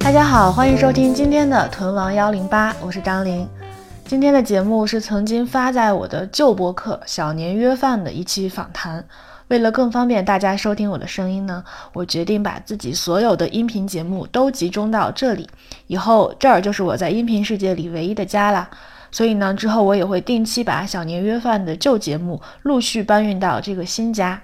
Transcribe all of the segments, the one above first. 大家好，欢迎收听今天的《屯王幺零八》，我是张琳。今天的节目是曾经发在我的旧博客《小年约饭》的一期访谈。为了更方便大家收听我的声音呢，我决定把自己所有的音频节目都集中到这里。以后这儿就是我在音频世界里唯一的家啦。所以呢，之后我也会定期把《小年约饭》的旧节目陆续搬运到这个新家。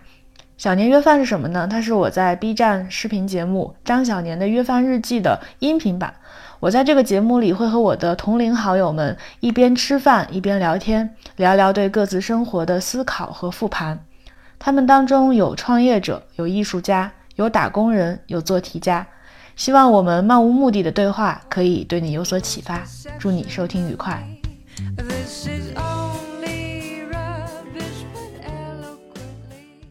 小年约饭是什么呢？它是我在 B 站视频节目《张小年的约饭日记》的音频版。我在这个节目里会和我的同龄好友们一边吃饭一边聊天，聊聊对各自生活的思考和复盘。他们当中有创业者，有艺术家，有打工人，有做题家。希望我们漫无目的的对话可以对你有所启发。祝你收听愉快。 This is only rubbish, but eloquently.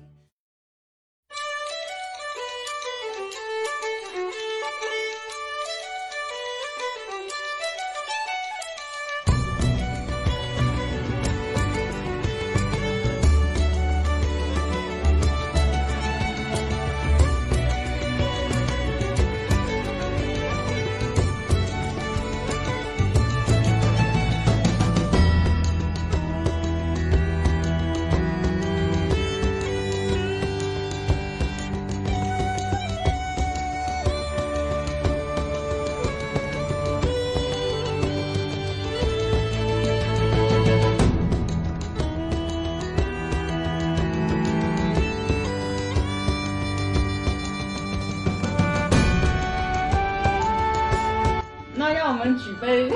那让我们举 杯，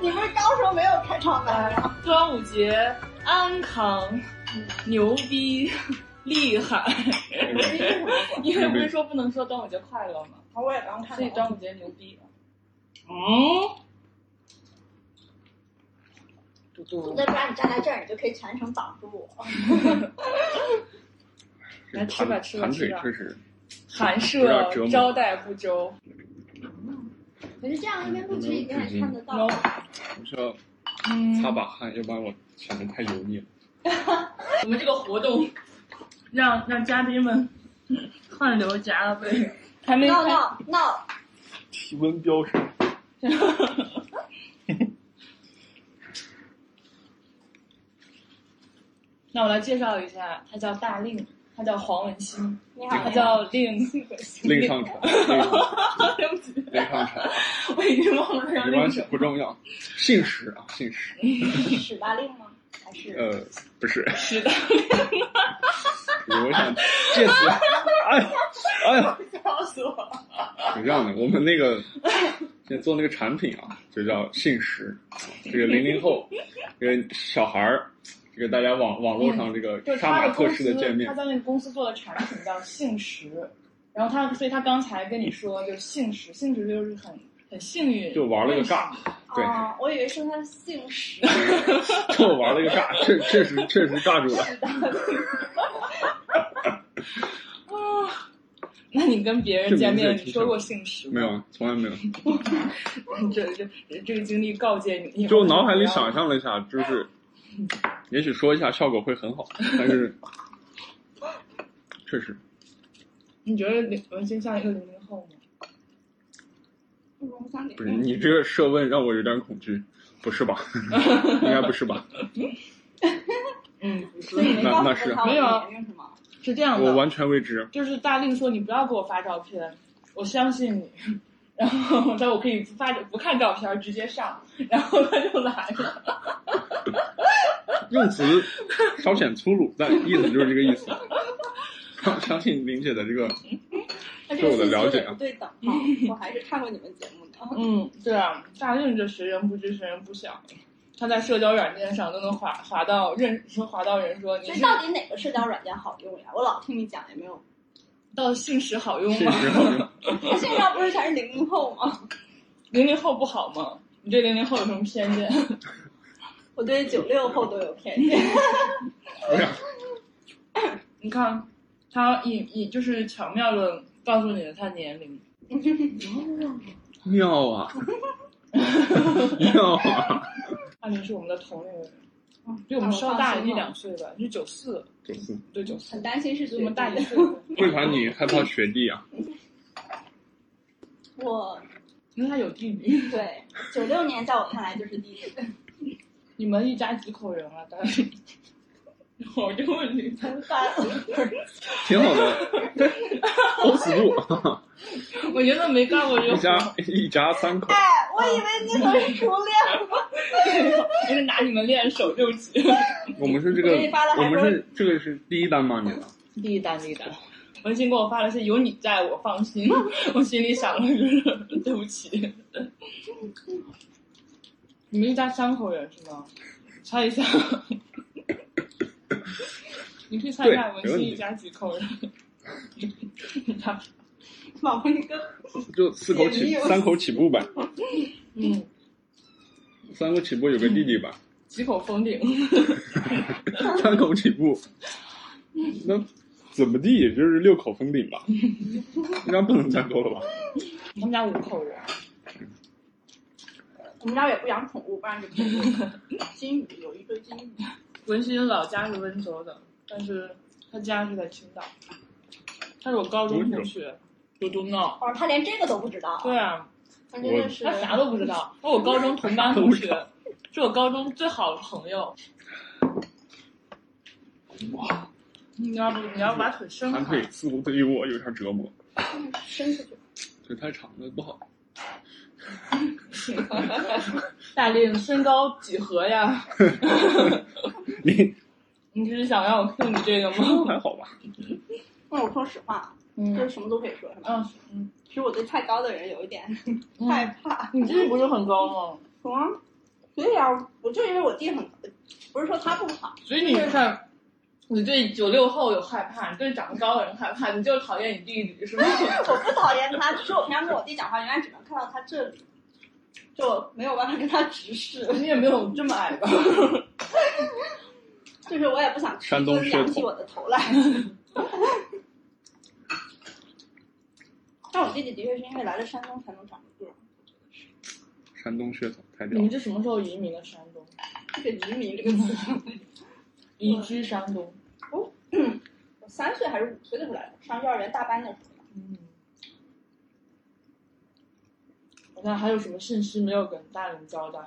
你不是刚说没有开场白吗？端午节安康，牛 逼，厉害。因为不是说不能说端午节快乐吗？我也刚看所以到。端午节牛逼。嗯，嘟我嘟，再把你站在这儿，你就可以全程挡住我。来吃吧吃吧盘吃腿吧吃吃，寒不要折舍磨招待不周。可是这样应该不止一个人看得到然。后，我需要嗯，擦把汗，要不然我显得太油腻了。我们这个活动让让嘉宾们汗流浃背，还没 no 开 no no，体温飙升， 那我来介绍一下，他叫大令，他叫黄文新，你好他，叫令，令上传，令上传对不起，令上传， 我已经忘了叫没关令系什，么。不重要。姓石啊，姓石，哎是史大令吗？还是呃，不是，是的，我想借此， 哎呦，哎呦，笑死我了。是这样的，我们那个现在做那个产品啊，就叫信实，这个零零后，这个小孩儿，这个大家网网络上这个嗯就是杀他马的特公式司，的见面他，在那个公司做的产品叫信实，然后他，所以他刚才跟你说就是信实，信实就是很很幸运，就玩了个尬，对，哦，我以为说他姓史。 就玩了个尬，确确实确实尬住了。啊。那你跟别人见面，你说过信实没吗？有，从来没有。 你这这这个经历告诫你，就我脑海里想象了一下，就是，也许说一下效果会很好，但是确实你觉得李文新像一个零零后吗？不是你这个设问让我有点恐惧，不是吧？应该不是吧？嗯，所以没告那那诉是过他没有啊我年龄是吗？是这样的。我完全未知。就是大令说你不要给我发照片，我相信你。 然后但我可以不发不看照片直接上，然后他就来了。用词稍显粗鲁，但意思就是这个意思。 相相信林姐的这个，那对我的了解这个信息有点不对等号，我还是看过你们节目的。嗯，对啊，大令这识人不知识人不晓，他在社交软件上都能滑滑到认说滑到人说你所是以到底哪个社交软件好用呀？我老听你讲也没有。到信实好用信吗？实好用。那线上不是全是零零后吗？零零后不好吗？你对零零后有什么偏见？我对九六后都有偏见。我想你看，他以以就是巧妙的告诉你了他年龄。妙啊，妙啊！ 大令是我们的同龄人，比哦我们稍大一两岁吧，你是九四，九四，对九四很。担心是 比学我们大一弟岁。为啥你害怕学弟啊？我因为他有地名。对九六年在我看来就是第 一。你们一家几口人啊？ 大概？我这问题，发挺 好的，对，欧死路，我觉得没干过这个活一 家，一家 三口，哎，我以为你可是熟练，就是拿你们练手就行。我们是这个我给你发了，我还们说是这个是第一单吗？你的嗯第一单，第一单。文心给我发的是有你在我放心， 我心里想了就是 对不起。你们一家三口人是吗？猜一下， 你可以猜一下对文没心问题一家几口人？他老婆你跟就四口也没起，有三口起步吧，嗯，三口起步有个弟弟吧， 几口封顶。 三口起 步，那怎么地也就是六口封顶吧，应该不能再多了吧？他们家五口人，我们家也不养宠物，不然就可以 金鱼有一堆金鱼。文心老家是温州的，但是他家是在青岛。他是我高中同学，多多闹。哦，他连这个都不知道，对啊，他真的是他啥都不知道。 那我高中同班同 学，是我高中最好的朋友。哇，你要不你要把腿伸盘开腿，似乎对于我有点折磨，伸出去。腿太长了不好， 大力你身高几何呀？你你是想让我 Q 你这个吗？ 还好吧？那嗯我说实话，就是嗯什么都可以说，是吧？嗯嗯，其实我对太高的人有一点嗯害怕。嗯你自己不是很高吗？什么？对呀、啊我就因为我弟很，不是说他不好，所以你看，你对九六后有害怕，你对长得高的人害怕，你就讨厌你弟弟是 吗？我不讨厌他，只是我平常跟我弟讲话，永远只能看到他这里，就没有办法跟他直视。你也没有这么矮 吧？就是我也不想山东就是血统扬起我的头来。 但我弟弟的确是因为来了山东才能长个个儿，山东血统太屌你们了，这什么时候移民的山东？这个移民这个词，移居山东？我三岁还是五岁的时候来的，上幼儿园大班的时候。嗯，我看还有什么信息没有跟大人交 代？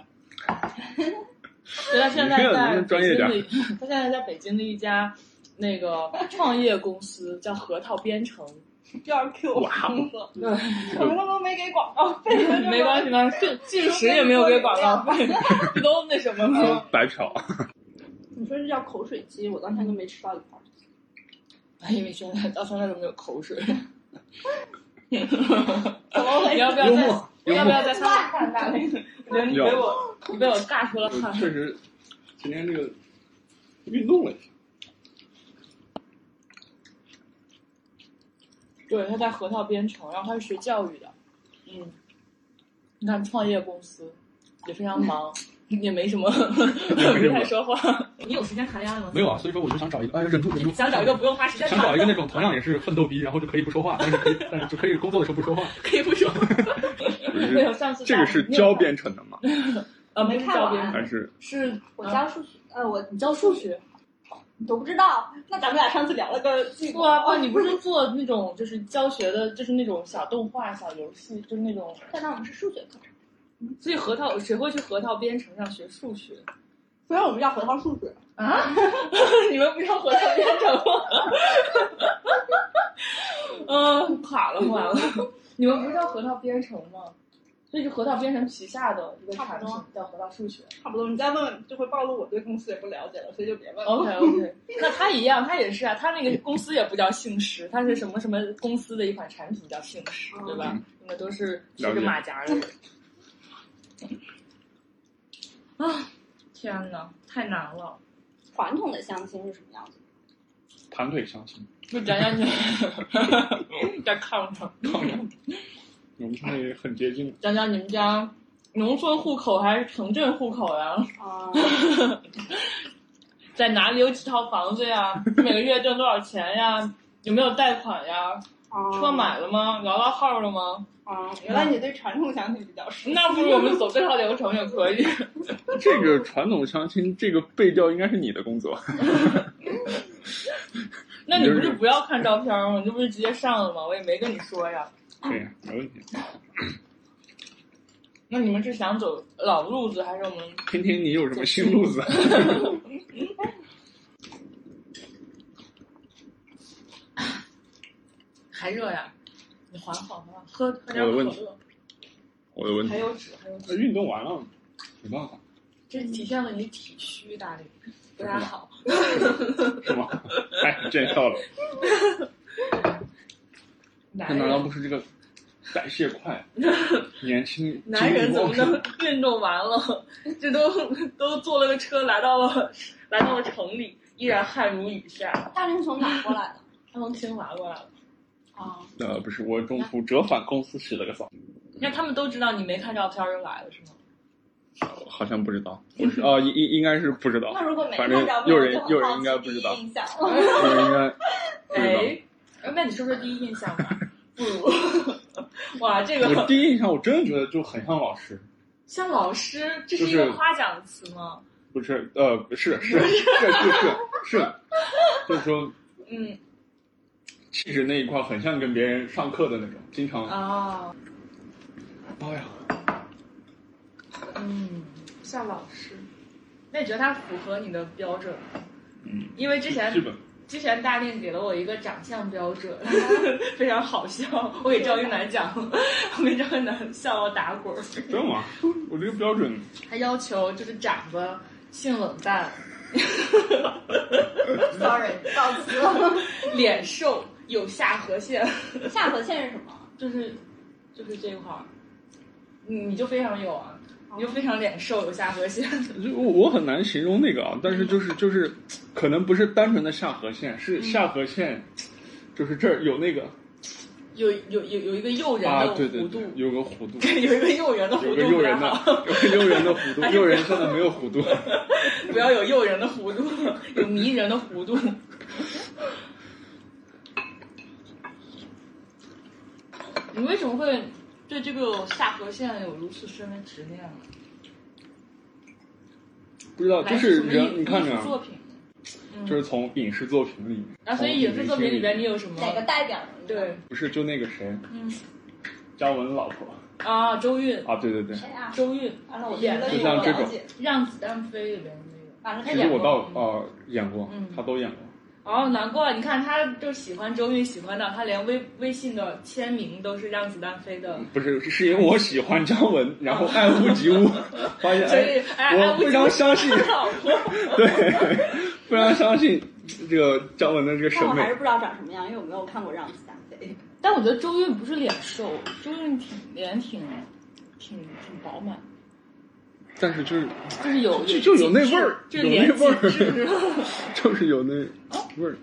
对，他现在你这在能不能北专业京点的一，他现在在北京的一家那个创业公司叫核桃编程，第二 Q 工 哦作，对，我们都没给广 告费，没关系。系嘛，这即使也没有给广告费，不都那什么 吗？白嫖，你说这叫口水鸡，我到现在都没吃到一 块儿。哎因为现在到现在都没有口水，怎么回你事？要不要幽再默你幽要不默要。再擦擦汗？大雷，我觉得你被我你被我尬出了我汗。确实，今天这个运 动了一下，对，他在核桃编程，然后他是学教育的，嗯，你看创业公司也非常忙，也没什么也没什不么太说话。你有时间谈恋爱吗？没有啊，所以说我就想找一个，哎，忍住忍住，想找一个不用花时间想找一个那种同样也是奋斗逼，然后就可以不 说话，但是可以，但是就可以工作的时候不说话。可以不说。 没有上次这个是教编程的吗？呃，没是教编，还是是我教数学，呃，我你教数学。你都不知道。那咱们俩上次聊了个计不啊，不，你不是做那种就是教学的，就是那种小动画、小游戏，就是那种。嗯但那我们是数学课程，所以核桃谁会去核桃编程上学数学虽然我们叫核桃数学，啊？ 你们不要核桃编程吗？ 嗯，卡了，完了。 你们不是叫核桃编程吗？这是核桃编程旗下的一个产品，叫核桃数学。差不多。你再问就会暴露我对公司也不了解了，所以就别问了。 OK OK，那 它一样，它也是啊，它那个公司也不叫姓氏，它是什么什么公司的一款产品叫姓氏，对吧嗯？你们都是披着马甲的人。啊，天哪，太难了！传统的相亲是什么样子？盘腿相 亲？就讲讲你，在炕上我们现在也很接近，讲讲你们家农村户口还是城镇户口呀、啊，在哪里有几套房子呀？每个月挣多少钱呀？有没有贷款呀？哦车买了吗？摇到号了吗？啊，原来你对传统相亲比较熟。那不如我们走这套流程也可以。这个传统相亲这个背调应该是你的工作，那你啊不是不要看照片吗？你这不是直接上了吗？我也没跟你说呀。对呀，没问题。那你们是想走老路子，还是我们听听你有什么新路 子？还热呀？你缓缓缓，喝喝点我的可问题乐。我的问题还，有纸，还有那纸，运动完了没 办法，这体现了你体虚大力，不太好。是吗？哎，见笑了。那男难道人，不是这个代谢快、年 轻、男人怎么精力旺能运动完了， 这都都坐了个车来到了来到了城里，依然汗如雨下。大林从哪儿过来的？他从清华过来了，啊，盛？呃，不是，我中途折返公司洗了个澡，那他们都知道你没看照片儿就来 了是吗？好像不知道，不是哦，应应应该是不知道那，如果没反看正照片，有人我就很好奇有人应该不知道第一印象我应该不知道。哎，那你说说第一印象 吧。不如， 哇，这我个第一印象，我真的觉得就很像老师，像老师，这就是一是个夸奖词吗？不是，呃，不是，是是是是是，就是说 嗯气质那一块很像跟别人上课的那种，经常，啊，哎呀，嗯，像老师，那你觉得他符合你的标准吗？嗯，因为之前基本之前大定给了我一个长相标准， 非常好笑。我给赵一楠讲，我给赵一楠笑我打滚儿。真吗？我这个标准他要求就是长得性冷淡， ，sorry，到此了。脸瘦，有下颌 线，下颌线是什么？就是就是这一块儿，你你就非常有啊，你就非常脸瘦，有下颌线。就我我很难形容那个啊，但嗯是就是就是，可能不是单纯的下颌线，是下颌线，就是这儿有那个有有有有一个诱人啊的，对对弧度 对，，有个弧度，有一个诱人的有弧个度诱不太人的好，，有个诱人的弧度，哎呀诱人现在没有 弧度，不要有诱人的弧度，有迷人的弧度。你为什么会对这个下颌线有如此深的执念呢？不知道就来哦是自什么人，艺你看艺着术作啊，品，嗯就是从影视作品里，啊，所以从影视作品里边你明星有什么？哪个代表人物？对，不是就那个谁，嗯，嘉文老婆啊，周韵，啊，对对对，谁啊？周韵，完了，我演的就像这了种解。让子弹飞里边的那个。完了，他其实演我过倒嗯啊演过嗯，他都演过，哦，难怪你看他就喜欢周韵，喜欢到他连微微信的签名都是让子弹飞的，不是是因为我喜欢嘉文，然后爱屋及 乌，发现所哎以。哎，我非常相信，老婆，对，非常相信这个姜文的这个审但我美还。是不知道长什么样，因为我没有看过《让子弹飞》。 但我觉得周韵不是脸瘦，周韵挺脸挺挺挺饱满，但是就是就是有就就有那味儿就有那脸味儿紧 致就是有那味儿，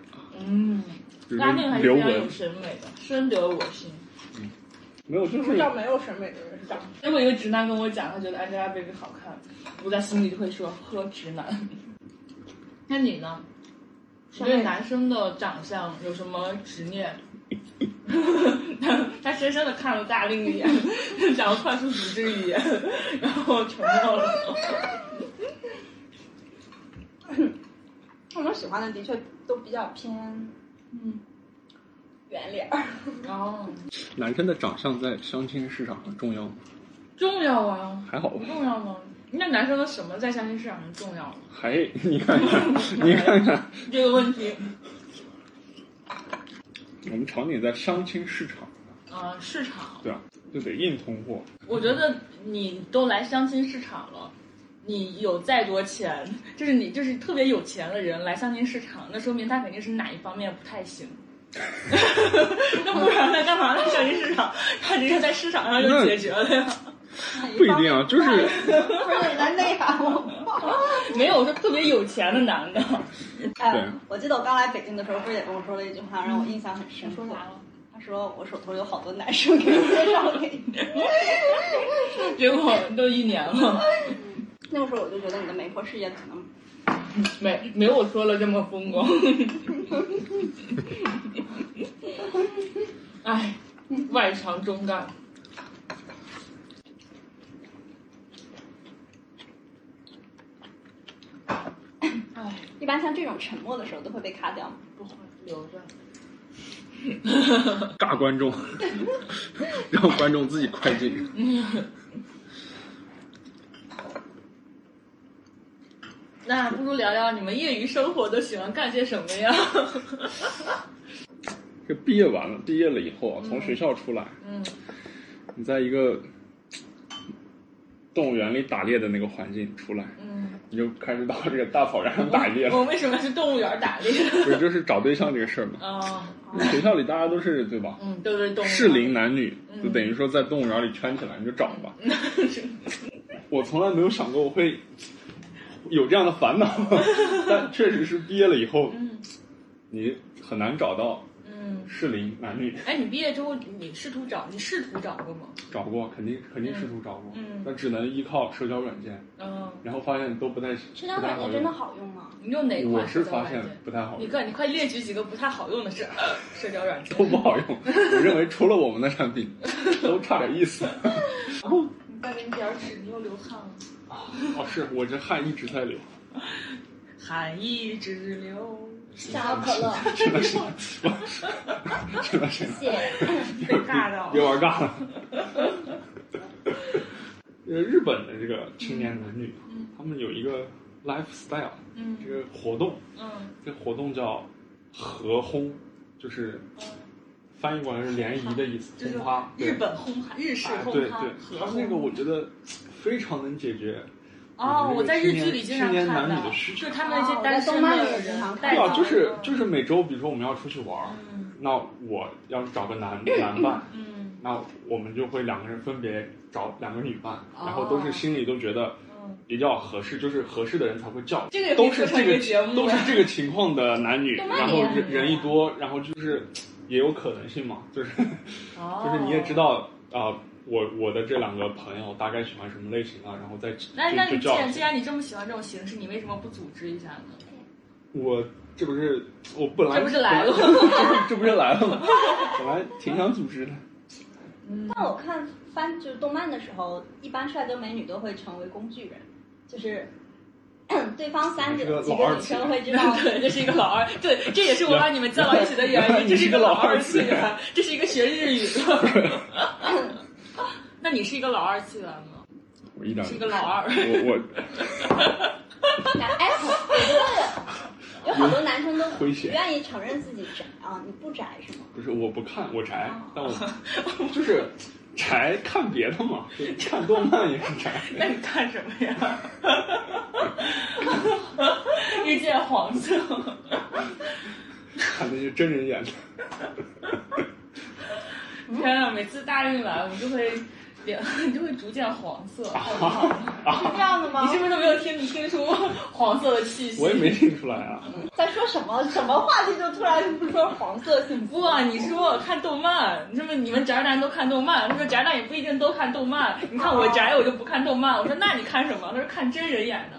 嗯，比如拉面说还是刘非常有雯，审美的，深得我心。没有，就不是知道没有审美的人是嗯长什么结果一个直男跟我讲，他觉得哎 Angelababy 好看，我在心里就会说呵直男。那你呢？你对男生的长相有什么执念？ 他他深深的看了大令一眼， 想要快速阻止一眼， 然后沉默了。样。我喜欢的的确都比较偏嗯，圆脸儿。然后男生的长相在相亲市场上重要吗？重要啊，还好不吧，重要吗？那男生的什么在相亲市场上重要吗？还 你看看，你看看，这个问题，我们常年在相亲市场，啊、市场，对啊，就得硬通货。我觉得你都来相亲市场了，你有再多钱， 就是你就是特别有钱的人来相亲市场，那说明他肯定是哪一方面不太行。 那不然他干嘛来相亲市场？他直接在市场上就解决了呀。不一定啊，就是不是在内涵我。 没有，说特别有钱的男的。对哎，我记得我刚来北京的时候，不是也跟我说了一句话，让我印象很深刻。了？他说我手头有好多男生可以介绍给你。 结果都一年了，那个时候我就觉得你的媒婆事业可能没没我说了这么风 光。哎，外强中干。哎，一般像这种沉默的时候都会被卡掉。不会留着。 尬观众，让观众自己快进。那不如聊聊你们业余生活都喜欢干些什么呀？ 就毕业完了，毕业了以后啊，从学校出来，嗯你在一个动物园里打猎的那个环境出来，嗯，你就开始到这个大草原上打猎了。 我为什么是动物园打猎？ 不是，就是找对象这个事儿嘛。啊，学校里大家都是对吧？嗯，都是动物。适龄男女，嗯就等于说在动物园里圈起来，你就找 吧。我从来没有想过我会有这样的烦 恼，但确实是毕业了以后，嗯你很难找到嗯，适龄男女。哎，你毕业之后你试图找，你试图找过吗？找过，肯定肯定试图找过，嗯那只能依靠社交软件，嗯，然后发现都不太社不交太软好件真的用。好用吗？你用哪款我是社交发软现件？不太好你用，看，你快列举几个不太好用的社 社交软件都。不好用。 我认为除了我们的产品，都差点 意思。你再给你点纸，你又流汗了。哦，是我这汗一直在流，汗一直流，想要可乐，真的是，真的是，谢谢。被尬 到别。玩尬了。呃， 日本的这个青年男女，嗯他们有一个 lifestyle 嗯这个活动，嗯这活动叫合烘，就是翻译过来是联谊的意思，嗯就是轰趴。对日本轰趴，日式哎轰对趴对，和他轰。那个我觉得非常能解决。哦，我我觉在得这个日剧里经常青年看男到女，的需就求是他们那些哦单在身动漫里的也经人常带看对着，啊，就是就是每周，比如说我们要出去玩儿，嗯那我要是找个男男伴，嗯那我们就会两个人分别找两个女伴，然后都是心里都觉得哦嗯，比较合适，就是合适的人才会叫。这个也可以做都是成这一个个节目，啊都是这个情况的男女，动漫然里后也人人一多，然后就是也有可能性嘛，就是哦就是你也知。道啊、我我的这两个朋友大概喜欢什么类型啊，然后再就那那就你既叫然既然你这么喜欢这种形式，你为什么不组织一下 呢？我这不是我本来这不是来了吗本来 这不是来了吗？本来挺想组织的，但我看翻就是动漫的时候，一般帅哥美女都会成为工具人，就是。 对方三这个个几老个二女次生会知道，对，这是一个老二，对，这也是我把你们叫到一起的原因。这啊 你是是一个个老老二二啊次次元元，这是一个学日语的。 那你是一个老二次元吗？我一点是一个老二。 我哎，我觉得有好多男生都不诙谐愿意承认自己宅啊，你不宅是吗？我不是我不看我宅，哦但 我就是宅看别的嘛，就是看动漫也是 宅。那你看什么 呀？ 日渐黄色。看那些真 人演的，天啊，每次大运来，我们就会 脸就会逐渐黄色。啊好不好是这样的吗你是不是都没有听听出黄色的气息？我也没听出来啊。 在说什么什么话题就突然说黄色幸福？不啊，你是说我看动漫，你是不是你们宅男都看动漫？他说宅男也不一定都看动漫，你看我宅我就不看动漫。我说那你看什么？他说看真人演的。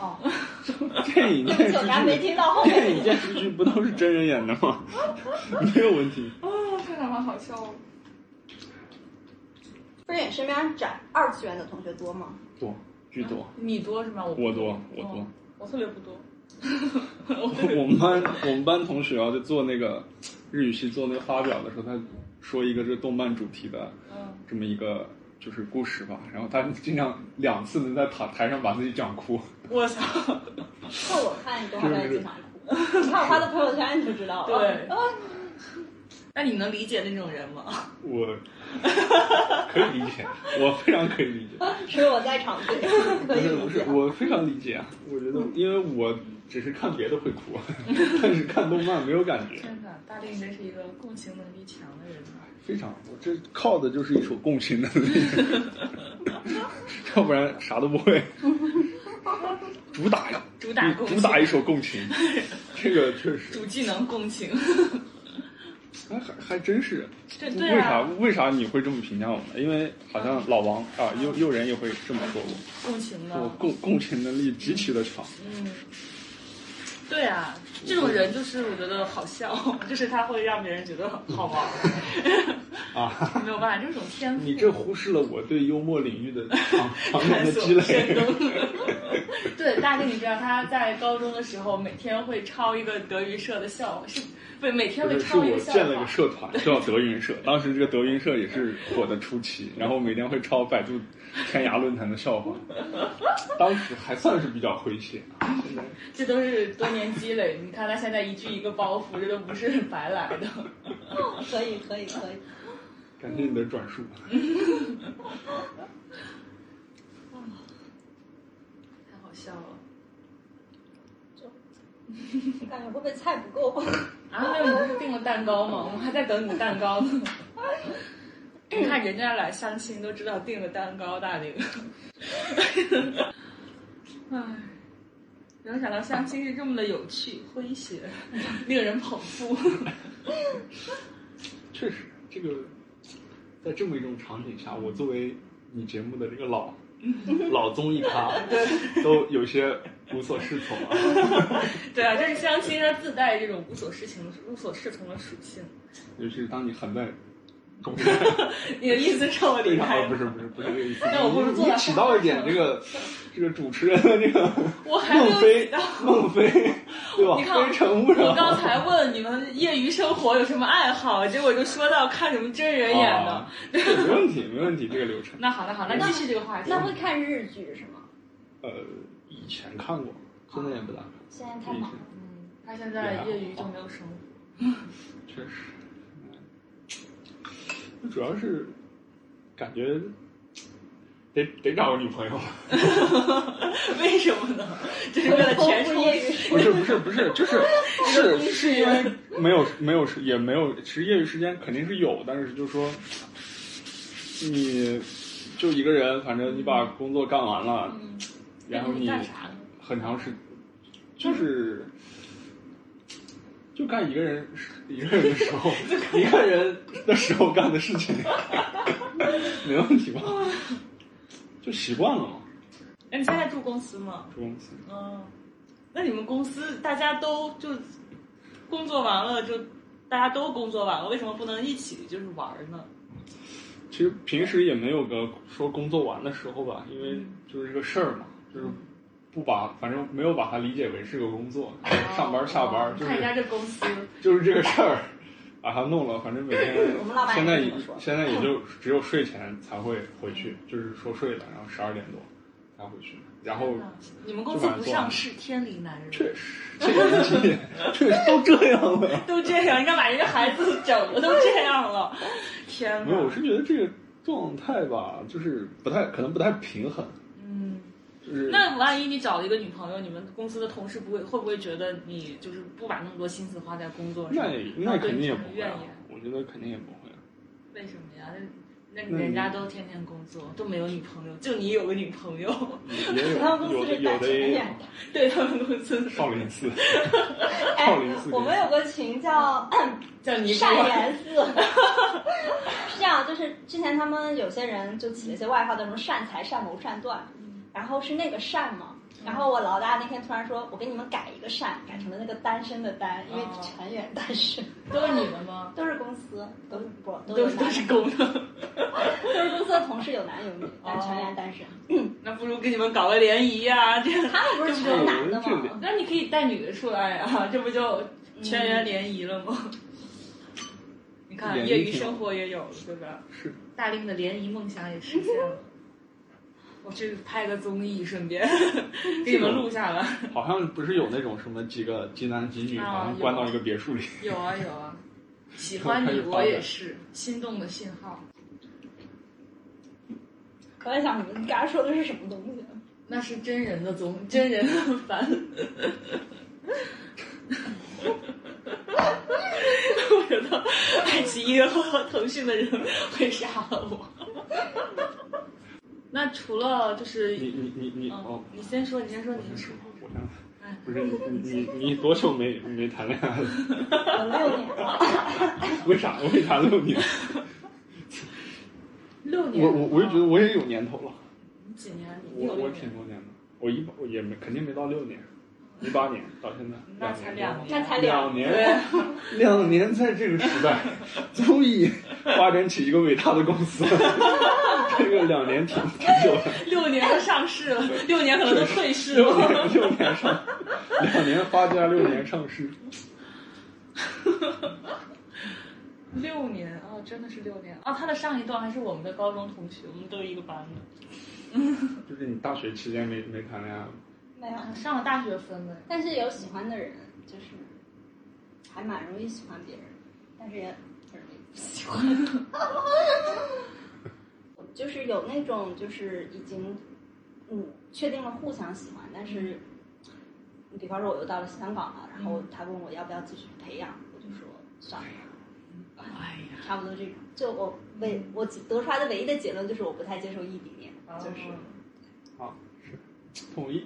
哦，电影对不电视起，我刚才没剧，听到后面。电影电视剧不都是真人演的 吗？没有问题。哦，看着蛮好笑哦。不是你身边宅二次元的同学多吗？多巨多，你多是吗？我我多我哦多。我特别不多。我特别 我们班我们班同学啊，就做那个日语系做那个发表的时候，他说一个这动漫主题的嗯，这么一个就是故事吧，然后他经常两次能在台台上把自己讲哭，我 操，看我看你动画片经常哭，你看我发的朋友圈你就知道了。对啊那你能理解那种人吗？ 我可以理解，我非常可以理解，只有我在场对，不可以是不理是解，。我非常理解啊，我觉得因为我只是看别的会哭，但是看动漫没有感觉，真的，大令真是一个共情能力强的人。 啊非常，我这靠的就是一手共情能力， 要不然啥都不会。主打呀，主打共情主打一手共 情，这个确实，主技能共 情，还还还真是。对对为啥啊，为啥你会这么评价我们？因为好像老王啊，又又人也会这么说我，共情我的。共共情能力极其的强。嗯，对啊，这种人就是我觉得好笑， 就是他会让别人觉得好 玩儿啊， 没有办法，这种天赋。你这忽视了我对幽默领域的 长长年探的索积深累。耕。 对，大概你知道他在高中的时候每天会抄一个德云社的笑话，是每每天不会是，是唱一我个笑建了一个话。社团，叫德云社。当时这个德云社也是火的初期，然后每天会抄百度天涯论坛的笑话，当时还算是比较诙谐。啊这都是多年积累。你看他现在一句一个包袱，这都不是白来的。可以可以可以，感谢你的转述。啊太好笑了我感觉会不会菜不够？啊！那你不是订了蛋糕吗？我们还在等你蛋糕呢。你看人家来相亲都知道订了蛋糕，大领。唉，没有想到相亲是这么的有趣、诙谐，令人捧腹。确实，这个在这么一种场景下，我作为你节目的这 个老老综艺咖，都有些无所适从啊。对啊，就是相亲它自带这种无所适从、无所适从的属性。尤其是当你很在中 间，你的意思是我非离常 开哦，不是不是不是这个意思。那我不如你做你到起到一点这个这个主持人的这个我还没孟有非提到。孟非对吧？你看我非诚勿扰。我刚才问你们业余生活有什么爱好，结果就说到看什么真人演的。啊没问题没问题，这个流程那好，那好，那继续这个话题。那会看日剧是吗？呃以前看过，现在也不咋看。现在太忙了。嗯，他现啊在业余就没有生活。确实，嗯主要是感觉得得找个女朋友， 为什么呢？ 这是为了填充 不是不是不是， 就是是是因为没有没有时也没有，其实业余时间肯定是有，但是就是说你就一个人，反正你把工作干完了，然后嗯你干啥呢？很长时就是。就干一个人一个人的时 候，一个人的时候干的事情， 没问题吧？就习惯了嘛，哎，你现在住公司吗？住公司。嗯，那你们公司大家都就工作完了就。大家都工作完了，为什么不能一起就是玩儿呢？其实平时也没有个说工作完的时候吧，因嗯为就是这个事儿嘛，就是不把反正没有把它理解为是个工作，哦上班下班就哦看人家是这公司，就是这个事儿，把它弄了，反正每天我们老板现在也是也这么说现在也就只有睡前才会回去，就是说睡了，然后十二点多才回去，然嗯后你们公司不上市，天理难容。确实这个年纪确实都这样了。都这样，你看把人家孩子整的都这样了， 天没有，我哪！是觉得这个状态吧，就是不太可能不太平衡，嗯，就是那万一你找了一个女朋友，你们公司的同事不会会不会觉得你就是不把那么多心思花在工作上那？那肯定也不会、怨啊言，我觉得肯定也不会、啊。为什么呀？那那那你人家都天天工作，都没有女朋友，就你有个女朋友，也有他们公有司的是有单的纯也有点的。对他们公司少林寺，哎少林寺，我们有个群叫叫你善言寺， 是这样，就是之前他们有些人就起了一些外号，叫什么善财、善谋、善断，然后是那个善嘛。然后我老大那天突然说，我给你们改一个善，改成了那个单身的单，因为哦全员单身，都是你的吗？都是公司，都是不都都是是男都是公的，都是公司的同事有男有女，但哦全员单身。那不如给你们搞个联谊啊，这样。他们不是全男的这个吗？ 那你可以带女的出来啊， 这不就全员联谊了吗？你看，嗯联谊业余挺好生活也有了，对吧？是大令的联谊梦想也实现了。我去拍个综艺，顺 便给你们录下来。好像不是有那种什么几个几男几女，好啊像有关到一个别墅里，有啊有啊，喜欢你我也是，心动的信号。我在想你们刚才说的是什么东 西？那是真人的综， 真人的番。我觉得爱奇艺和腾讯的人会杀了我。 那除了就是，你你你你嗯哦，，你先说，你先说，你先说。我想不是你你你你多久没没谈恋爱了？有六年了，为啥？我也谈六年，六年，我我我就觉得我也有年头了，你几年？你我有六我年挺多年的，我一我也没肯定没到六年，一八年到现在，那才两两年那才多，两两年对， 两年在这个时代，足以发展起一个伟大的公司。 这个两年挺挺久的， 六年都上市了，六年可能都退市六了。年六年上，两年发家，六年上市。六年哦，真的是六年哦。他的上一段还是我们的高中同学，我们都一个班的。就是你大学期间没没谈恋爱吗？没有，啊上了大学分的，但是有喜欢的人，就是还蛮容易喜欢别人，但是也很容易不喜欢。我就是有那种就是已经嗯确定了互相喜欢，但是你比方说我又到了香港了，然后他问我要不要继续培养，我就说算了。哎呀，差不多这种，就我唯我得出来的唯一的结论就是我不太接受异地恋，就是啊，是同意，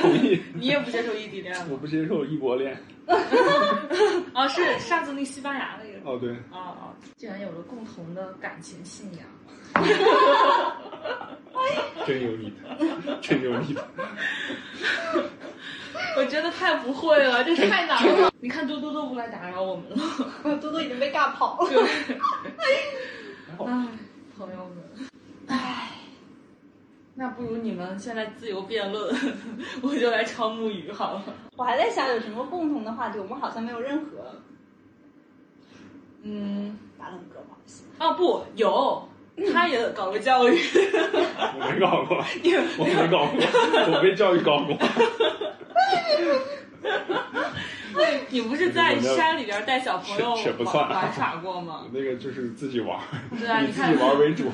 同意，你也不接受异地恋 我吗？不接受异国恋。啊，是上次那西班牙那个。哦，对，啊啊！竟然有了共同的感情信仰，真有你的，真有你的。我真的太不会了，这太难 了。你看多多都不来打扰我们了。多多已经被尬跑 了。唉，哎朋友们，唉，那不如你们现在自由辩论， 我就来抄木鱼好了。我还在想有什么共同的话题，我们好像没有任何嗯，打冷嗝，不好意思。啊不，有，他也搞过教育，我没搞过，我没搞过，我被教育搞过。对嗯 你不是在山里边带小朋友这这不算玩玩耍过 吗？那个就是自己玩儿，对啊，以你自看己玩儿为主。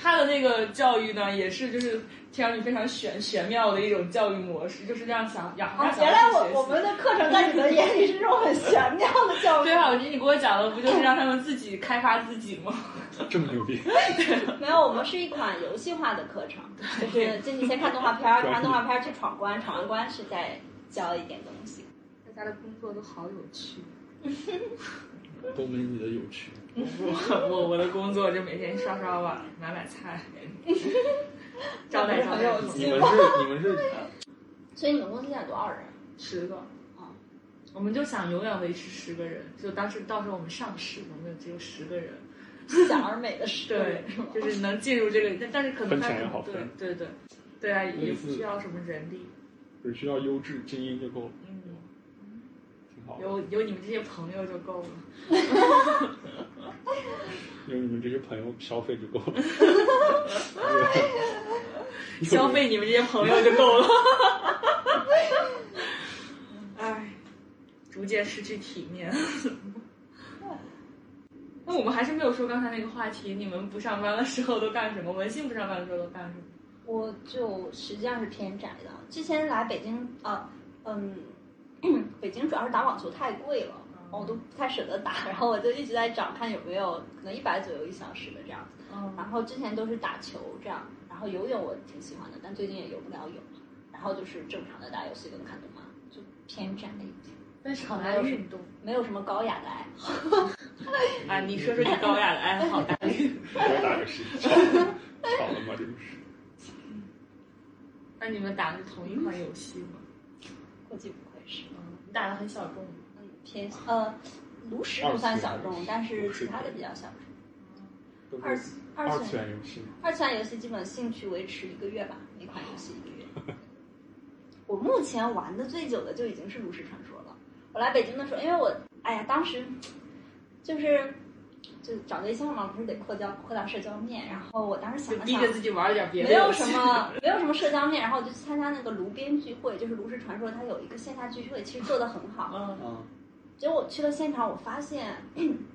他的那个教育呢，也是就是天上去非常玄玄妙的一种教育模式，就是让小养啊让，小原来孩学习我我们的课程在你的眼里是这种很玄妙的教育对。啊，我觉得你给我讲的不就是让他们自己开发自己 吗？这么牛逼，没有，我们是一款游戏化的课程，就是进去先看动画片儿，看完动画片儿去闯关，闯完关是再教一点东西。大家的工作都好有趣。都没你的有趣。我我我的工作就每天刷刷碗、买买菜，招待招很待有你 趣们吗？是你们是所以你们公司现在有多少人？ 十个哦啊。我们就想永远维持十个人，就当时到时候我们上市，我们就只有十个人，想而美的十个对人是吗，？就是能进入这个，但但是可能分他钱可也能好对分对对，对啊，也类不似需要什么人力，只需要优质精英就够了，嗯，挺好的。有有你们这些朋友就够了。有你们这些朋友消费就够了。 消费你们这些朋友就够了。哎，逐渐失去体面。 那我们还是没有说刚才那个话题，你们不上班的时候都干什么？文信不上班的时候都干什么？我就实际上是偏宅的。之前来北京啊、嗯， 北京主要是打网球太贵了，然后我都不太舍得打，然后我就一直在找看有没有可能一百左右一小时的这样子。嗯然后之前都是打球这样，然后游泳我挺喜欢的，但最近也游不了泳。然后就是正常的打游戏跟看动漫，就偏宅一点，但是好难动没有什么高雅的爱好。啊！你说说你高雅的爱 好吧。不要打游戏，吵了吵了嘛，这不是？那你们打的是同一款游戏吗？估计不会是，嗯，你打的很小众吗。嗯，偏呃，炉石不算小众，但是其他的比较小众。都是二次二次二元次元游戏，二次元游戏基本兴趣维持一个月吧，每款游戏一个月。我目前玩的最久的就已经是《炉石传说》了。我来北京的时候，因为我哎呀，当时就是就找对象嘛，不是得扩交扩大社交面，然后我当时想就了逼想着。自己玩点别的。没有什。 么，没有什么社交面，然后我就去参加那个炉边聚会，就是《炉石传说》，它有一个线下聚会，其实做的很好。嗯，啊，结果我去了现场，我发现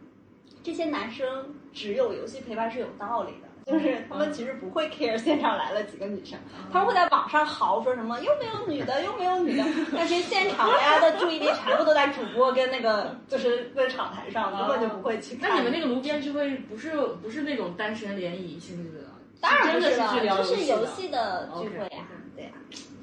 这些男生只有游戏陪伴是有道理的，就是他们其实不会 care 现场来了几个女生，他们会在网上嚎说什么又没有女的，又没有女的，但是现场大家的注意力全部都在主播跟那个就是跟场台上，根本就不会去看。哦那你们那个炉边聚会不是不是那种单身联谊性质的？当然不真的了，去聊就是游游戏的聚 OK，嗯会呀、对啊呀、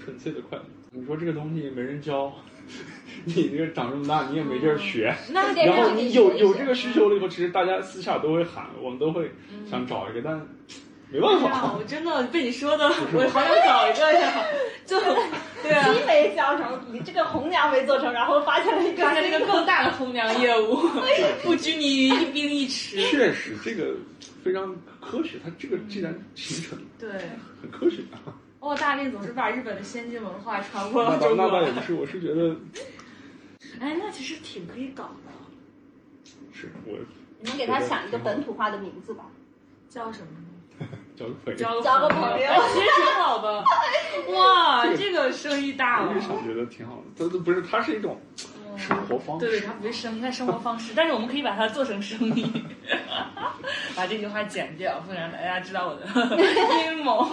纯粹的快乐。你说这个东西没人教， 你这个长这么大你也没地儿学，那得然后嗯让你你有学一有学这个需求了以后，其实大家私下都会喊，我们都会嗯想找一个，嗯但没办哎呀法，我真的被你说的，我好想搞一个呀！就对啊，你没教成，你这个红娘没做成，然后发现了一个发现了一个更大的红娘业 务，啊不拘泥于一兵一池。确实这个非常科学，它这个既然形成对，很科学啊。哦，大力总是把日本的先进文化传播 那 到倒中那国倒。也不是，我是觉得哎，那其实挺可以搞的。是我你们给他想一个本土化的名字吧，叫什么呢？交个朋友，交交个朋朋友哎其实挺好的。哇，这个生意大了嗯为。啥觉得挺好的？它它不是，它是一种生活方对对，式。它不是生，它生活方式，但是我们可以把它做成生意， 把这句话剪掉，不然大家知道我的 阴谋。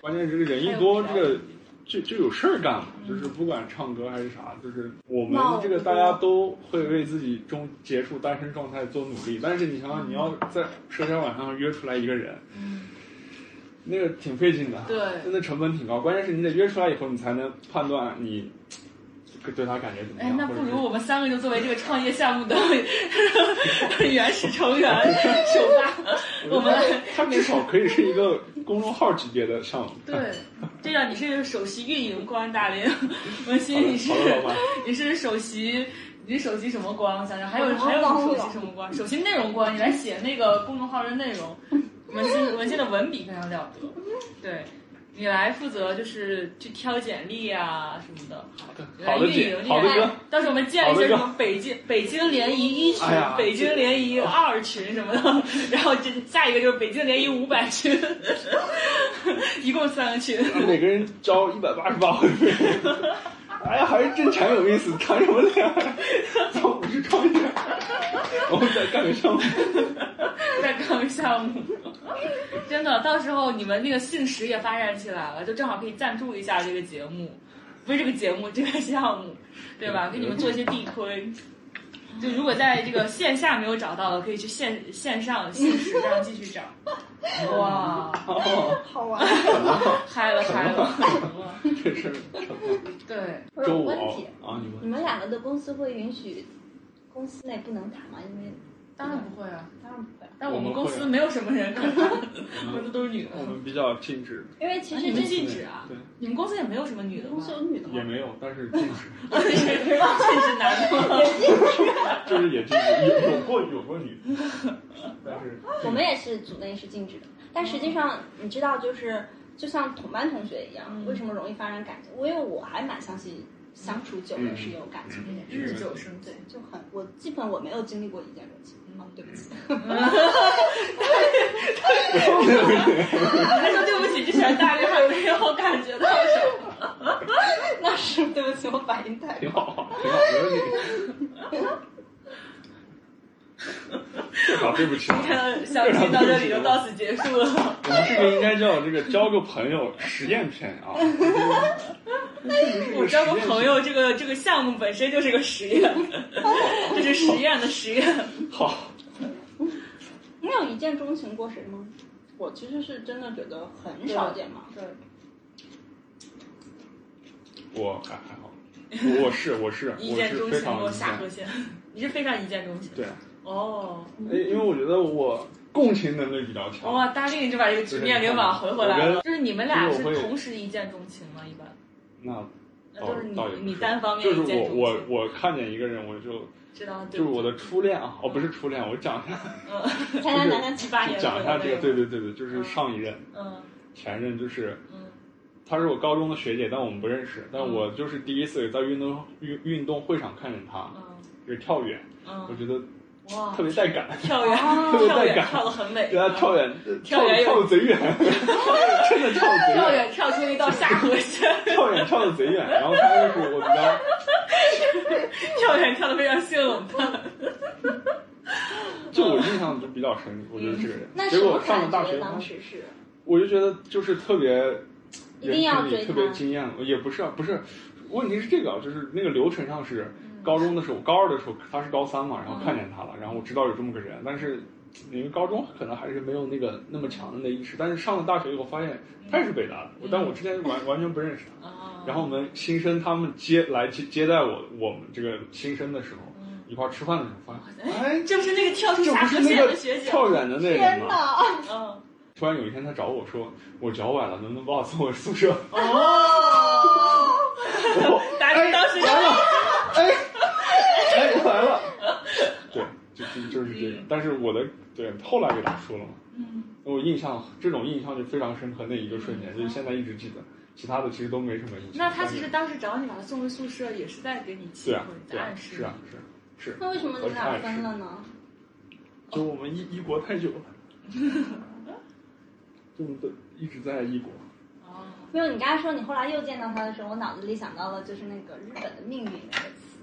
关键是人一多，这个就就有事儿干嘛，就是不管唱歌还是啥，就是我们这个大家都会为自己中结束单身状态做努力。但是你想想，你嗯要在社交网上约出来一个人，那个挺费劲的，对真的成本挺高。关键是你得约出来以后，你才能判断你这个对他感觉怎么哎样，，那或不者是如我们三个就作为这个创业项目的 原始成 员首发，我们来。他至少可以是一个公众号级别的项目。 对，对呀、你是首席运营官大 林，文好心你的，是好的，老板。你是首席，你是首席什么官？我想想，还有我还有忘首了席什么官？首席内容官，你来写那个公众号的内容。文心文心的文笔非常了得，对你来负责就是去挑简历啊什么的。好的姐，好的哥，到时候我们建一些什么北京北京联谊一群、哎呀北京联谊二群什么的，然后这下一个就是北京联谊五百群， 一共三个群。每个人交一百八十八会费。哎呀，还是挣钱有意思，谈什么恋爱？我不是创业，我们再干个项目。在搞项目，真的，到时候你们那个信实也发展起来了，就正好可以赞助一下这个节目，不是这个节目，这个项目，对吧？给你们做一些地推。就如果在这个线下没有找到的，可以去线线上信实上继续 找。哇，哦，好 玩。嗨了嗨了，这事儿对，我周有五问题，啊，你你问们两个的公司会允许公司内不能谈吗？因为当然不会啊，当然不会，但我们公司没有什么人可看，我们都是女的我，们比较禁止，因为其啊实你们这禁止啊？对，你们公司也没有什么女的吧？公司有女的也吗？没有，但是禁止，也是男的吗？就是也禁止，有有过有过女，但是我们也是组内是禁止的，但实际上你知道，就是就像同班同学一样，为什么容易发生感情？因为我还蛮相信相处久了是有感情嗯这件事。日久生对，就很我基本我没有经历过一见钟情。哦，对不起，他说对不起之前，大力还没有感觉到什么。 那是对不起，我反应太挺好，挺好，没问题。 这啥对不起啊？小品到这里就到此结束 了。我们这个应该叫这个交个朋友实验篇 啊。哎我交个朋友，这个这个项目本身就是个实验， 这是实验的实验。好，你有一见钟情过谁吗？我其实是真的觉得很少见 嘛。对，我还还好，我我是我是一我见是钟非情给常我下河线，你是非常一见钟情。对，哦，因因为我觉得我共情能力比较强。哇，大力你就把这个局面给挽回回来了。就是你们俩是因为我会同时一见钟情吗？一般，那那倒就是你倒也不你单方面就是一见我钟我情，我看见一个人，我就知道对就是不我对？的初恋啊，哦不是初恋，我讲一下谈谈谈谈，七八年讲一下这个，对，对对对，就是嗯上一任嗯前任就是。嗯她是我高中的学姐，但我们不认识。但我就是第一次在运动运运动会上看见她，嗯就是跳远，我嗯，觉得哇特，别带感，跳远，特别跳带远感跳的很美，对她啊跳远跳远有跳的贼远，真的跳的贼跳远，远跳出一道下颌 线，跳远跳的贼远。然后她就是我比较，跳远跳的非常性冷淡。就我印象就比较深，我觉得这个人。那结什么果上感了大觉？学，当时是我就觉得就是特别，一定要也追特别她惊艳了，也不是啊，不是，问题是这个啊，就是那个流程上是嗯高中的时候，高二的时候他是高三嘛，然后看见他了，然后我知道有这么个人，但是因为高中可能还是没有那个那么强的那意识，但是上了大学以后发现他也是北大的，嗯我但我之前 完完全不认识他，啊然后我们新生他们接来接接待我我们这个新生的时候，嗯一块儿吃饭的时候发现，哎，就是那个跳出这下颌不是那线个的学姐，跳远的那个人吗？哪！嗯，突然有一天，他找我说：“我脚崴了，能不能把我送回 宿舍哦，？”大家哎当时就来了，哎，哎来了，对，就就就是这个。但是我的对后来给他说了嘛，嗯，我印象这种印象就非常深刻，那一个瞬间，就是现在一直记得，其他的其实都没什么印象。那他其实当时找你把他送回宿舍，也是在给你机哎对会啊，在对啊，暗示，是啊，是啊。是那为什么你们俩分了呢？就我们异异国 太久了，就我们都一直在异国。啊，没有，你刚才说你后来又见到他的时候，我脑子里想到了就是那个日本的命运那个词，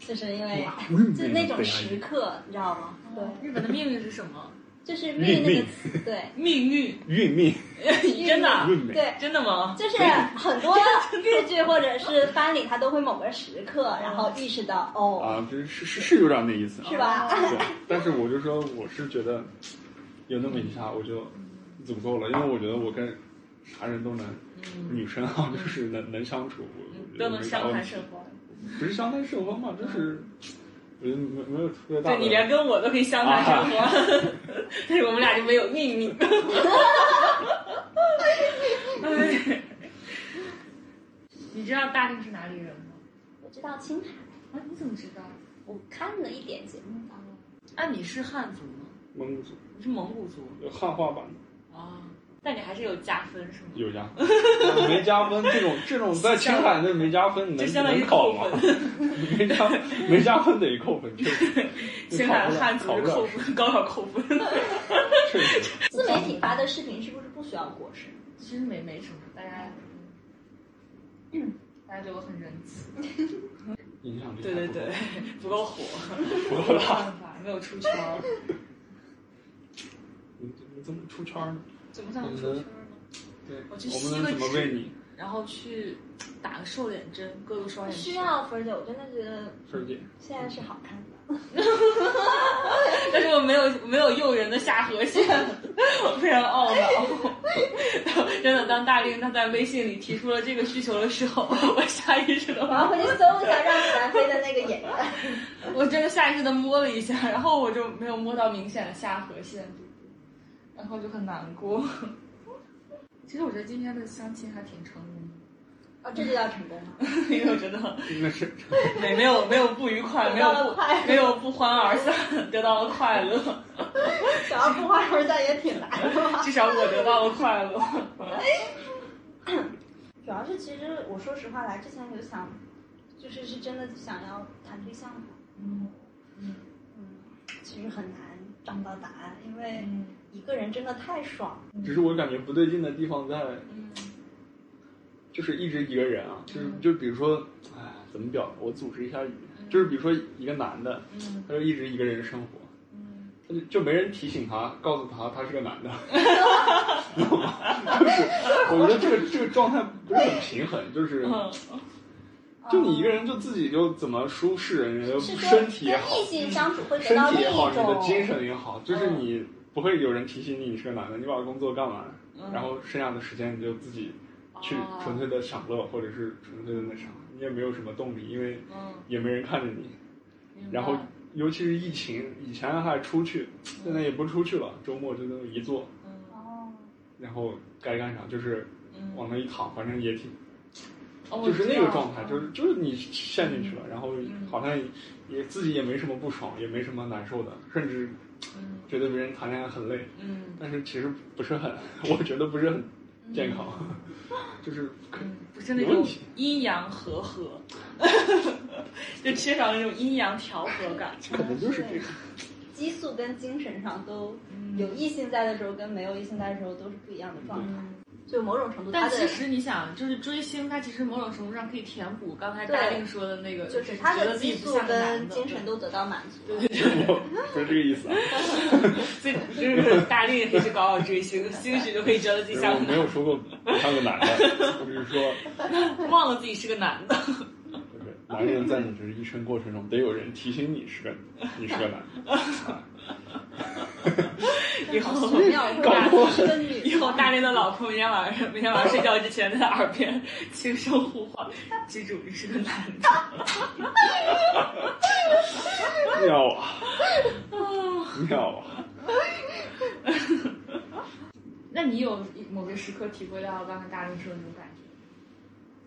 就是因为哇命运啊就是那种悲哀时刻，你知道吗？对，日本的命运是什么？就是命运那个词，对，命运，运命， 真的啊运命，对，真的吗？就是很多日剧或者是番里，他都会某个时刻，然后意识到哦，啊，这是是是有点那意思啊，是吧？ 对，但是我就说，我是觉得有那么一下，我就足够了，因为我觉得我跟啥人都能，女生啊，就是能能相处，我嗯都能没啥相问谈题甚欢。不是相谈甚欢嘛，就是我觉得没没有特别大嗯对的。你连跟我都可以相谈甚 欢，但是我们俩就没有秘 密。哎你知道大力是哪里人吗？我知道青海，啊，你怎么知道？我看了一点节目，啊，你是汉族吗？蒙古族你是蒙古族有汉化版啊？但你还是有加分是吗？有加 分，没加分这种这种在青海那没加分，你就能相当能于考扣吗？分。没加没加分得扣分，确实。青海的汉考族是不了扣分，高考扣分。确实。自媒体发的视频是不是不需要国识？ 其实没没什么，大家，大家对我很仁慈。影响力嗯对对 对，不够火，不没够有 大。办法，没有出圈儿，你你怎么出圈呢？怎么才能出圈儿呢？对，我去我们能怎么为你，然后去打个瘦脸针，割个双眼皮需，要分儿姐，我真的觉得芬儿姐？现在是好看的。但是我没有没有诱人的下颌线， 我非常懊恼。 真的，当大令他在微信里提出了这个需求的时候，我下意识的我要回去搜一下让子弹飞的那个演员。我真的下意识的摸了一下，然后我就没有摸到明显的下颌线，然后就很难过。其实我觉得今天的相亲还挺成功哦，这就叫成功了。的， 因为我觉得那是没没有没有不愉快，没有得到了不快乐没有不欢而散，得到了快乐，想要不花儿但也挺难的。至少我得到了快 乐。主要是其实我说实话，来之前有想，就是是真的想要谈对象的。嗯嗯，其实很难找到答案，因为嗯一个人真的太爽。 只是我感觉不对劲的地方在，嗯就是一直一个人啊，就是就比如说，哎，怎么表？我组织一下语，就是比如说一个男的，嗯他就一直一个人生活，嗯，他就就没人提醒他，告诉他他是个男 的， 你懂吗？就是我觉得这个这个状态不是很平衡，就是嗯就你一个人就自己就怎么舒适，你的是说身体也跟好异，性相处会得身到体另也好，一你的精种。神也嗯好，就是你不会有人提醒你你是个男的，你把工作干完，然后剩下的时间你就自己去哦纯粹的享乐，或者是纯粹的那啥，你也没有什么动力，因为嗯，也没人看着你。明白然后尤其是疫情，以前还出去，现在也不出去了，周末就那么一坐，嗯哦，然后该干啥就是嗯，往那一躺，反正也挺哦就是那个状态，我知就道是就是你陷进去了，然后好像也也自己也没什么不爽，也没什么难受的，甚至嗯觉得别人谈恋爱很累，嗯但是其实不是很， 我觉得不是很健康， 就是可嗯，不是那有问种题阴阳和合， 就缺少那种阴阳调和感。可能就是这 个，激素跟精神上都嗯有异性在的时候，跟没有异性在的时候都是不一样的状态。就某种程度，但嗯它的其实你想，就是追星，它其实某种程度上可以填补刚才大对令说的那个，就是他他觉得的自己激不素像个男跟的精神，都得到满足。对对对，不是这个意思啊，所以就是大令也可以去搞搞追星，兴许就可以觉得自己像 我个没有说过像个男的，我只是说，男，忘了自己是个男的。就是男人在你这一生过程中得有人提醒你是个你是个男的，以后 好玄妙大我是个女的以后大令的老婆每天晚上每天晚上睡觉之前在他耳边轻声呼唤，记住你是个男的。 妙 啊，妙啊，那你有某个时刻体会到刚才大令说的那种感觉吗？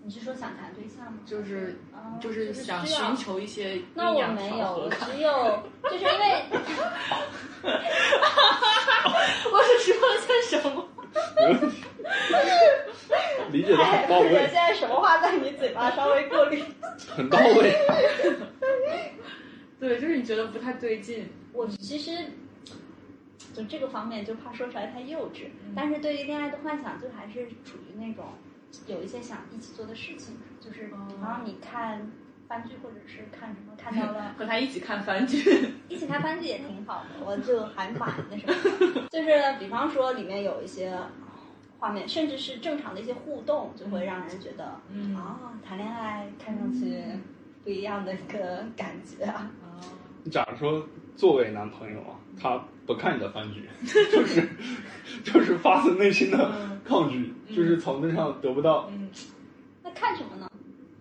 你是说想谈对象吗？就是啊就是就是想需要寻求一些那阴我阳没调有，和我感 只有就是因为我是说了些什么？没问题，理解的很到不是位现，在什么话在你嘴巴稍微过滤，很到位。对，就觉得不太对劲？我其实就这个方面就怕说出来太幼稚，但是对于恋爱的幻想，就还是处于那种有一些想一起做的事情，就是哦比方你看番剧或者是看什么看到了。和他一起看番剧，一起看番剧也挺好的，我就还蛮那什么的，就是比方说里面有一些画面，甚至是正常的一些互动，就会让人觉得啊、 嗯谈恋爱看上去不一样的一个感觉啊。你假如说作为男朋友啊，他不看你的番剧， 就是就是发自内心的抗拒，嗯就是从这上得不到嗯，那看什么呢？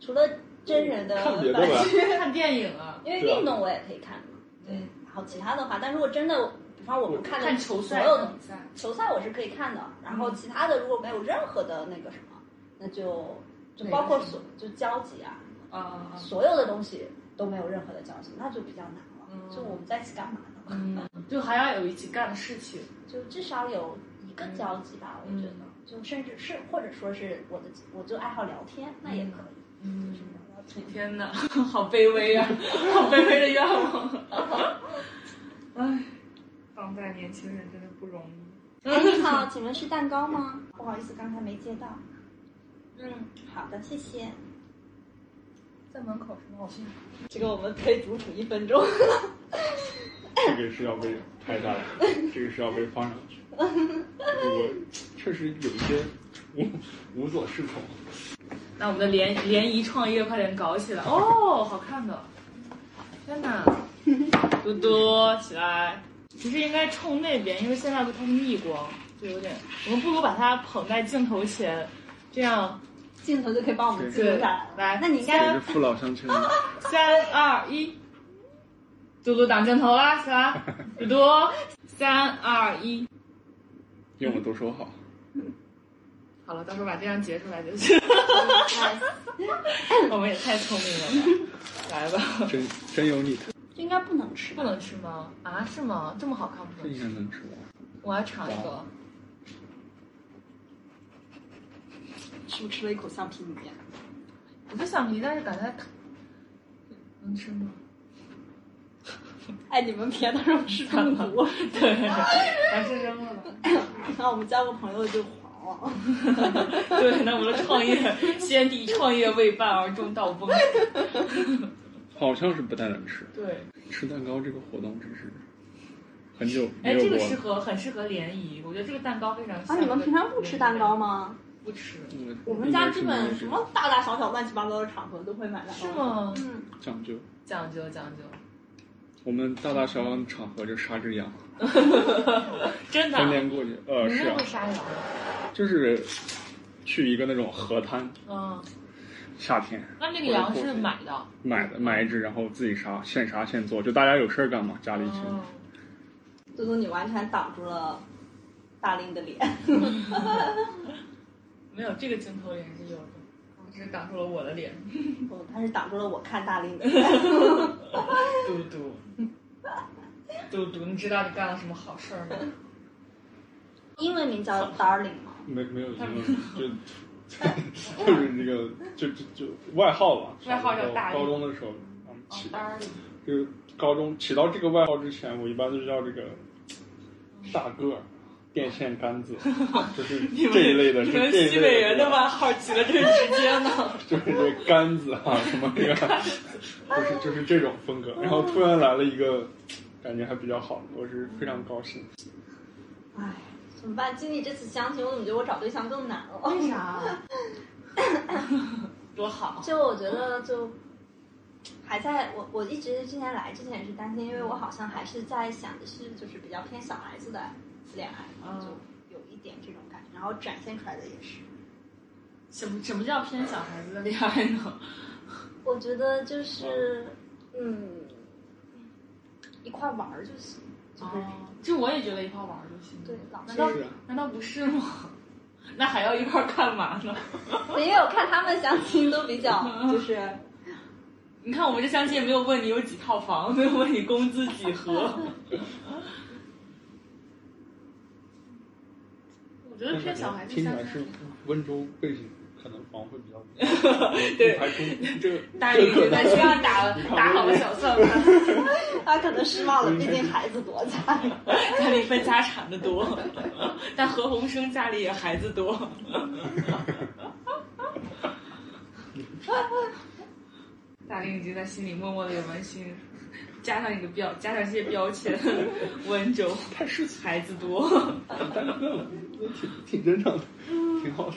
除了真人的看别的番吧剧，看电影啊，嗯因为对啊运动我也可以看嘛。对，然后其他的话，但如果真的，比方我们看看的球所赛，有的比赛。球赛我是可以看的，然后其他的如果没有任何的那个什么，那就就包括所就交集啊，啊啊啊！所有的东西都没有任何的交集，那就比较难了。嗯就我们在一起干嘛呢？嗯，就还要有一起干的事情。 就至少有一个交集吧，嗯我觉得。就甚至是或者说是我的，我就爱好聊天，那也可以。嗯就，是聊聊天天哪， 好卑微啊， 好卑微的愿望。 唉，当代年轻人真的不容易。哎，你好，请问是蛋糕吗？ 不好意思，刚才没接到。嗯，好的，谢谢。在门口什么？我去拿。这个我们可以独处一分 钟。这个是要被拍下来的， 这个是要被放上去。我确实有一些无无所适从。那我们的联联谊创业快点搞起来 哦，好看的。天 哪，多多起来！其实应该冲那边，因为现在不太逆光，就有点。我们不如把它捧在镜头前，这样镜头就可以帮我们记录对，下来。来，那你应也该是父老乡 亲，三二一，嘟嘟挡镜头啦，起来，嘟嘟，三二一，用我都说好。好了，到时候把这张截出来就行。我们也太聪明了吧，来吧，真真有你，就应该不能吃不吧？能吃吗？啊，是吗？这么好看不这能应吃？该能吃完。我要尝一个，是不是吃了一口橡皮泥？我不想皮，但是感觉能吃吗？ 哎，你们别到时候吃中毒。对，还是扔了吧。 那我们交个朋友就黄 了。对，那我们的创业先帝创业未半而中道崩。好像是不太能吃。对，吃蛋糕这个活动真是很久没哎，有这个过了。适合很适合联谊，我觉得这个蛋糕非常。啊，你们平常不吃蛋糕？吗？不吃，嗯我们家基本什么大大小小乱七八糟的场合都会买蛋糕。是？吗？嗯，讲究？讲究讲究，我们大大小小的场合就杀只羊，真的啊。天天过去。呃，你们是那会啊，杀羊？就是去一个那种河滩，嗯，夏天那那个羊是买的。买的买一只，然后自己杀，现杀现做，就大家有事儿干嘛，家里一起。哦嘟嘟，你完全挡住了大令的脸。没有这个镜头也是有的，只是挡住了我的脸。哦，他是挡住了我看大令的脸。嘟嘟，嘟嘟，你知道你干了什么好事儿吗？英文名叫 Darling 吗？没没有什么， 就 就是那个就就就外号吧。外号叫大力高中的时候，嗯，起哦当然，就是高中起到这个外号之前，我一般都叫这个大个儿、电线 杆子，就是这一类的，嗯你是们这一西北类人的的，外号起的真直接呢。就是这杆子啊什么这个，就是就是这种风格。然后突然来了一个，感觉还比较好，我是非常高兴。唉，哎怎么办？经历这次相亲，我怎么觉得我找对象更难了？ 为啥？多好！就我觉得就还在我我一直之前来之前也是担心，因为我好像还是在想的是就是比较偏小孩子的恋爱，嗯就有一点这种感觉，然后展现出来的也是，什么什么叫偏小孩子的恋爱呢？我觉得就是嗯一块玩儿就行，就是、哦，就我也觉得一块玩儿就行。对老难师道是啊难道不是吗？ 那还要一块儿干嘛呢？因为我看他们相亲都比较就是你看我们这相亲也没有问你有几套房，没有问你工资几何。我觉得骗小孩子听起相来亲是温州背景，可能防会比较 对排除这个 大力这觉个可得能需要打打好小算盘，他可能失望了，毕竟孩子多大。家里分家产的 多，但何鸿燊家里也孩子多。 大令已经在心里默默的有完心，加上一个标，加上这些标签，温州，孩子多。挺挺真诚的，挺好的。